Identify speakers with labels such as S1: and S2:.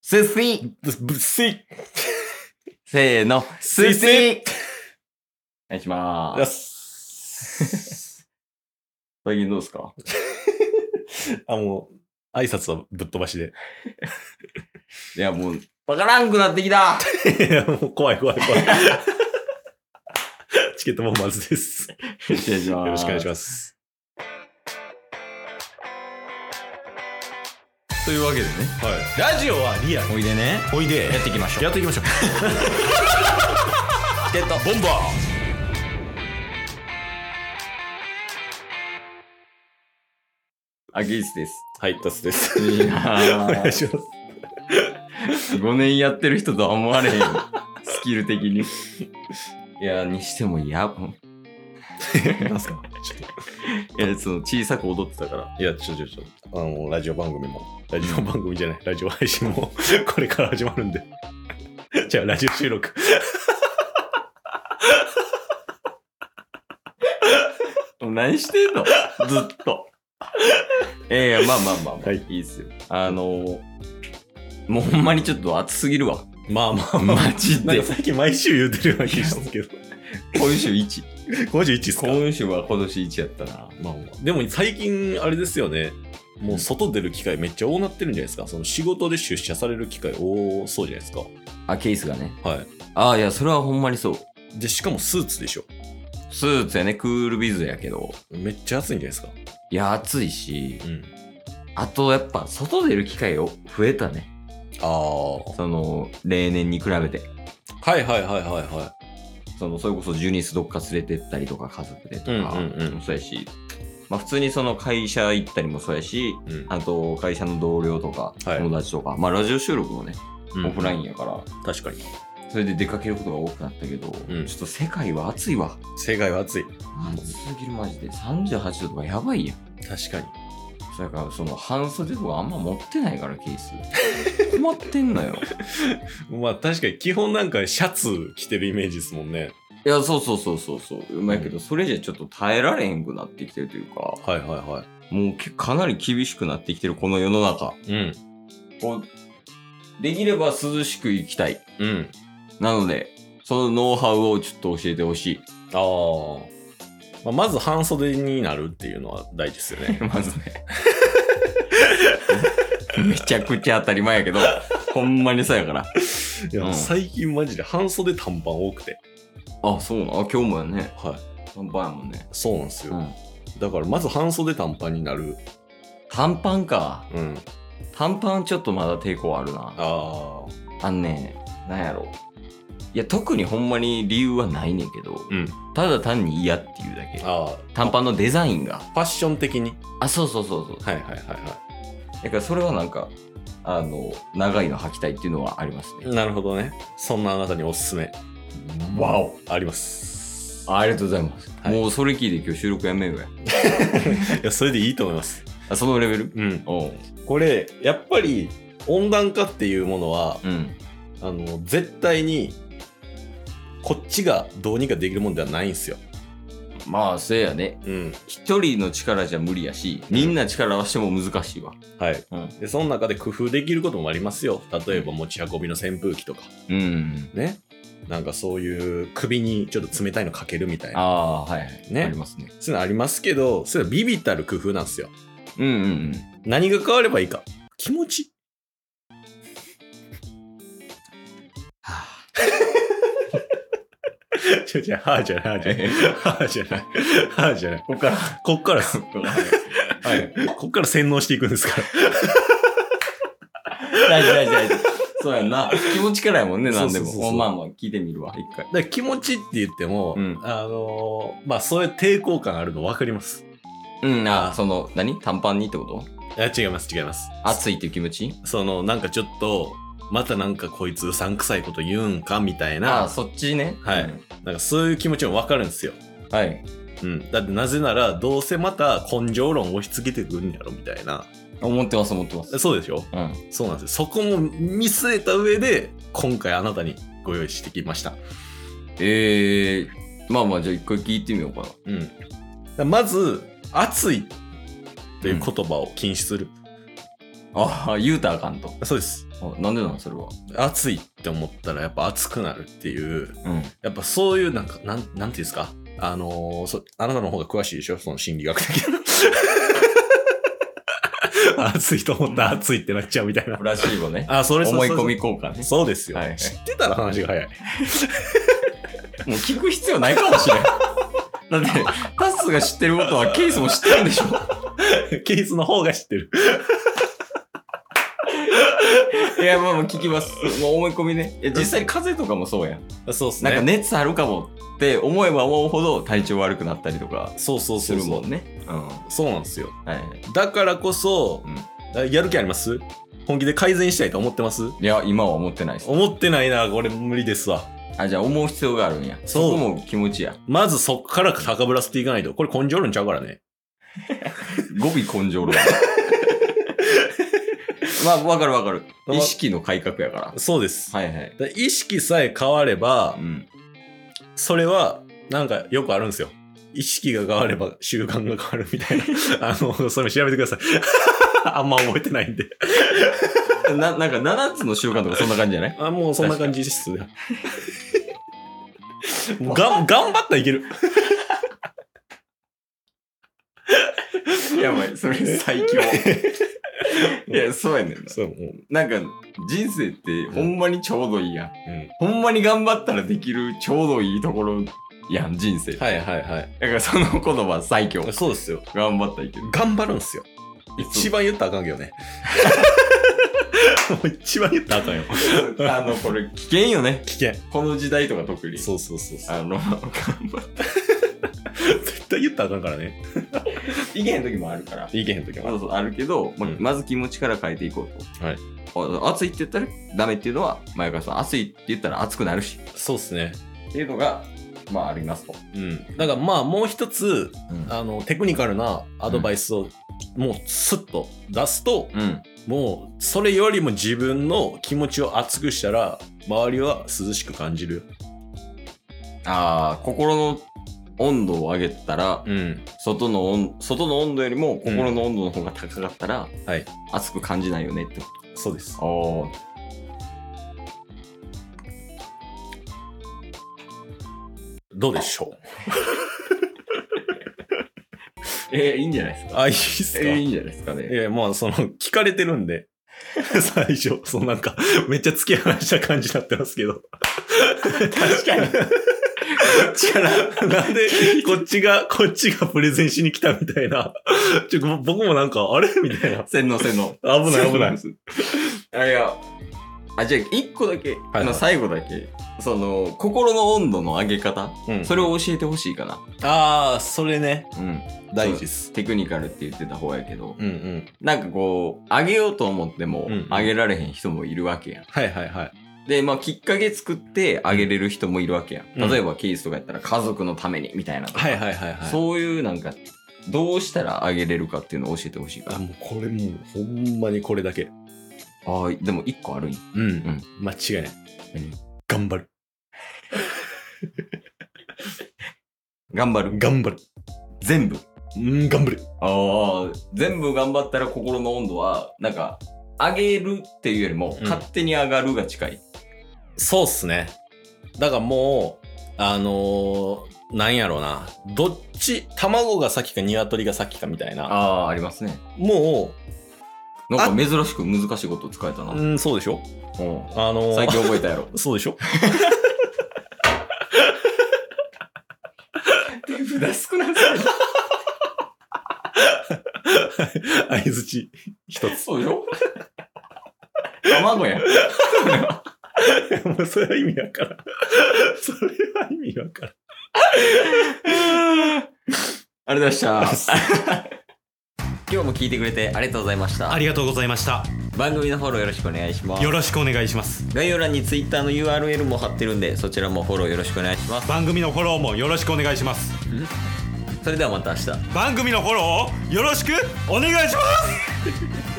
S1: すし
S2: ぶっせい
S1: せーの、す
S2: すし
S1: しお願いしま
S2: よ
S1: す。最近どうですか
S2: あ、もう、挨拶はぶっ飛ばし で。
S1: いや、もう、わからんくなってきた
S2: いや、もう怖い怖い怖い。チケットボンバーズです。よ
S1: 失礼します。
S2: ろしくお願いし
S1: ま
S2: ます。
S1: す。というわけでね、
S2: はい。ラジオはリアル。
S1: おいでね、
S2: おいで
S1: やっていきましょう。
S2: やっていきましょう。
S1: チケット、ボンバーアギースです。
S2: はい、タスです。
S1: いや
S2: お願い
S1: ー、
S2: します。
S1: 5年やってる人とは思われへん。スキル的に。いやー、にしても、いや、もう
S2: なんすかちょっ
S1: いや、その小さく踊ってたから。
S2: と、いや、ちょちょちょ、あの、ラジオ番組も、ラジオ番組じゃない、ラジオ配信も、これから始まるんで。じゃあ、ラジオ収録。
S1: 何してん のずっと。えやまあまあまあ、まあ、
S2: はいい
S1: いっすよ。あのー、もうほんまにちょっと暑すぎるわ。
S2: まあまあまあ。
S1: マジ
S2: なん
S1: で
S2: か。最近毎週言うてるような気がするけど。
S1: 今週1。
S2: 51っすか
S1: 今週は今年1やったな。
S2: まあまあ、でも最近あれですよねもう外出る機会めっちゃ多なってるんじゃないですかその仕事で出社される機会多そうじゃないですか
S1: あ、ケースがね。
S2: はい
S1: ああ、いや、それはほんまにそう。
S2: でしかもスーツでしょ
S1: スーツやね、クールビズやけど。
S2: めっちゃ暑いんじゃないですか
S1: いや、暑いし、
S2: うん
S1: あとやっぱ外出る機会を増えたね。
S2: ああは
S1: その、例年に比べて。
S2: いはいはいはいは
S1: そのそれこそジュニスどっか連れてったりとか家族でとか
S2: うんうんうん
S1: もそうやし、まあ、普通にその会社行ったりもそうやし
S2: い、うん
S1: あと会社の同僚とか
S2: はい
S1: 友達とか、まあラジオ収録もねオフライン
S2: や
S1: やから
S2: 確かに
S1: それで出かけることが多くなったけど、
S2: うん
S1: ちょっと世界は暑いわ
S2: 世界は暑い
S1: 暑すぎるマジで38度とかやばいやん
S2: 確かに
S1: だからその半袖とかあんま持ってないからケース 困ってんのよ
S2: まあ確かに基本なんかシャツ着てるイメージですもんね
S1: いやそうそうそうそうそううまいけど、それじゃちょっと耐えられへんくなってきてるというか
S2: はいはいは
S1: もうけかなり厳しくなってきてるこの世の中。
S2: いうん
S1: こうできれば涼しく生きたい。
S2: うん
S1: なので、そのノウハウをちょっと教えてほし
S2: あーまあまず半袖になるっていうのは大事ですよね
S1: い。まずね。 めちゃくちゃ当たり前やけど、ほんまにそうやから。
S2: いや、
S1: うん
S2: 最近マジで半袖短パン多くて。
S1: あ、そうなの。あ、今日もやね。
S2: はい。
S1: 短パンやもんね。
S2: そうなんですよ。
S1: うん。
S2: だからまず半袖短パンになる。
S1: 短パンか。
S2: うん。
S1: 短パンちょっとまだ抵抗あるな。あ
S2: ああ。
S1: んね、なんやろ。いや、特にほんまに理由はないねんけど、
S2: うん。
S1: ただ単に嫌っていうだけ。
S2: あ
S1: 短パンのデザインが
S2: あ。ファッション的に。
S1: あそうそうそうそう
S2: はいはいはいは
S1: だからそれはなんかあの長いの履きたいっていうのはありますね
S2: なるほどね。そんなあなたにおすすめ。
S1: わお
S2: あります。
S1: ありがとうございます、
S2: はい
S1: もうそれ聞いて今日収録やめようや
S2: いや、それでいいと思います。
S1: あそのレベル
S2: うん。
S1: おう
S2: これ、やっぱり温暖化っていうものは、
S1: うん
S2: あの、絶対に、こっちがどうにかできるもんではないんですよ。
S1: まあせやね
S2: うん。
S1: 一人の力じゃ無理やしみんな力合わせても難しいわ
S2: はい。
S1: うん
S2: で、その中で工夫できることもありますよ。例えば持ち運びの扇風機とか。
S1: うん
S2: ね。なんかそういう首にちょっと冷たいのかけるみたい
S1: あ
S2: な。
S1: あはいはい、
S2: ね
S1: ありますね
S2: そういうのありますけど、そういうのビビったる工夫なんですよ。
S1: うんうんうん
S2: 何が変わればいいか。気持ち。
S1: は
S2: ちょ、じゃあ、はあじゃない、はあじゃない。はあじゃない。はあじゃない。
S1: こっから
S2: こっからです。
S1: はい
S2: こっから洗脳していくんですから。
S1: 大事大事大事そうやんな気持ちからやもんね
S2: そ
S1: 何
S2: う
S1: で
S2: そうそう
S1: も
S2: そう
S1: まあまあ聞いてみるわ一回
S2: だから気持ちって言っても、
S1: うん
S2: あのーまあ、そういう抵抗感あるの分かります。
S1: うん、あ、その、何短パンにってこと
S2: いや、違います、違います。
S1: 暑いっていう気持ち
S2: その、なんかちょっと、またなんかこいつうさんくさいこと言うんかみたい
S1: あ
S2: な、
S1: そっちね。
S2: はい
S1: うん
S2: なんかそういう気持ちも分かるんですよ。
S1: はい。
S2: うん、だってなぜならどうせまた根性論を押し付けてくるんやろみたいな
S1: 思ってます、思ってます。
S2: そうでしょ
S1: うん。
S2: そうなんですよそこも見据えた上で今回あなたにご用意してきました、
S1: えー、まあまあ、じゃあ一回聞いてみようかな。
S2: うん、だまず「熱い」という言葉を禁止する、
S1: ああ、言うたらあかんと。
S2: そうです
S1: あなんでなんそれは。
S2: 暑いって思ったらやっぱ暑くなるっていう
S1: うん。
S2: やっぱそういうなんかなんなんていうんですかあのーそあなたの方が詳しいでしょその心理学的 な暑いと思ったら暑いってなっちゃうみたいな
S1: らしいわね。
S2: あそれそれ
S1: 思い
S2: それ
S1: 込み効果ね。
S2: そうですよ、
S1: はいはい
S2: 知ってたら話が早い
S1: もう聞く必要ないかもしれん。 だって、タスが知ってることはケースも知ってるんで しょ
S2: ケースの方が知ってる
S1: いや、まあまあ聞きます。もう思い込みね。いや、実際風邪とかもそうやん。
S2: そうっす
S1: な
S2: ね
S1: んか熱あるかもって思えば思うほど体調悪くなったりとか
S2: そうそう
S1: す
S2: そう
S1: る
S2: そ
S1: も
S2: うん
S1: ね。うん。
S2: そうなんですよ
S1: はい。
S2: だからこそ、あやる気あります本気で改善したいと思ってます
S1: いや、今は思ってないです。
S2: 思ってないなこれ無理ですわ
S1: あ、じゃあ思う必要があるんや。
S2: そ
S1: そこ
S2: う
S1: も気持ちや。
S2: まずそっから高ぶらせていかないとこれ根性論ちゃうからね
S1: 語尾根性論。 まあ、わかるわかる。意識の改革やから。
S2: そうです、
S1: はいはい。
S2: だから意識さえ変われば
S1: うん。
S2: それはなんかよくあるんですよ意識が変われば習慣が変わるみたい なあのそれも調べてくだ さいあんま覚えてないんで
S1: な、なんか7つの習慣とかそんな感じじゃない
S2: あもうそんな感じですねもうがん頑張ったらいける
S1: やばい、それ最強。 いや、そうやねん
S2: そうもう、
S1: な。なんか、人生ってほんまにちょうどいいやん。
S2: うん、
S1: ほんまに頑張ったらできるちょうどいいところやん、人生。だ
S2: はいはいはい
S1: からその言葉最強。
S2: そうですよ
S1: 頑張ったらいけ る。
S2: 頑張るんすよ一番言ったらあかんけ どねもう一番言ったらあかんよ
S1: あの、これ危険よね。
S2: 危険
S1: この時代とか特に。
S2: そうそうそうそう
S1: あ の、頑張っ
S2: 絶対言ったらあかんからね
S1: ていけへん時もあるから。
S2: いけへん時
S1: そ
S2: は
S1: うそうあるけど、まあ
S2: うん
S1: まず気持ちから変えていこうと。
S2: はい
S1: あ暑いって言ったらダメっていうのは、前川さん、暑いって言ったら暑くなるし。
S2: そうっすね
S1: っていうのが、まあありますと。
S2: うん、だからまあもう一つ
S1: うん
S2: あのテクニカルなアドバイスをもうスッと出すと、
S1: うん。
S2: もうそれよりも自分の気持ちを熱くしたら周りは涼しく感じる、
S1: ああ、心の温度を上げたら、
S2: うん、
S1: 外の温外の温度よりも心の温度の方が高かったら、
S2: はい
S1: 熱く感じないよねってこ
S2: そうです
S1: と。
S2: どうでしょう
S1: えー、いいんじゃないですか。
S2: あいいっすか、
S1: えー、いいんじゃないですかね。
S2: いやまあその聞かれてるんで 最初そのなんかめっちゃ突き放した感じになってますけど
S1: 確かに。
S2: こっちから、なんで、こっちが、こっちがプレゼンしに来たみたいな。ちょ、僕もなんか、あれみたいな。
S1: 洗脳洗脳。
S2: 危ない危な
S1: い。
S2: い。
S1: あ、いや。あ、じゃあ、一個だけ、
S2: はい
S1: あの最後だけ、その、心の温度の上げ方、
S2: うん
S1: それを教えてほしいかな。
S2: ああ、それね、
S1: うん。
S2: 大事です。
S1: テクニカルって言ってた方やけど、
S2: うんうん。
S1: なんかこう、上げようと思っても
S2: うんうん、
S1: 上げられへん人もいるわけやん。
S2: はいはいはい。
S1: で、まあ、きっかけ作ってあげれる人もいるわけやん。
S2: うん
S1: 例えば、ケースとかやったら、家族のために、みたいなとか。
S2: はいはいはいはい。
S1: そういう、なんか、どうしたらあげれるかっていうのを教えてほしいから
S2: あ、。もうこれもう、ほんまにこれだけ。
S1: ああ、でも一個あるんや。
S2: うん。間違いない。頑張る。
S1: 頑張る。
S2: 頑張る。
S1: 全部。
S2: うん、頑張る。
S1: ああ、全部頑張ったら心の温度は、なんか、上げるっていうよりも、
S2: うん
S1: 勝手に上がるが近い。
S2: そうっすね。だからもう、あのーなんやろうな。どっち、卵が先か鶏が先かみたいな。
S1: ああ、ありますね。
S2: も
S1: なんか珍しく難しいこと使えたな。
S2: う、
S1: う
S2: うん、そうでしょ
S1: ん。
S2: あのー
S1: 最近覚えたやろ。
S2: そうでしょ
S1: 手札少なさい。
S2: 相づ ち一つ。
S1: そうよ。卵やん。
S2: もうそれは意味わからん。 それは意味わからん。
S1: ありがとうございました。今日も聞いてくれてありがとうございました。
S3: ありがとうございました。
S1: 番組のフォローよろしくお願いします
S3: よ。ろしくお願いします。
S1: 概要欄に Twitter の URL も貼ってるんで、そちらもフォローよろしくお願いします。
S3: 番組のフォローもよろしくお願いします。
S1: それではまた明日。
S3: 番組のフォローをよろしくお願いします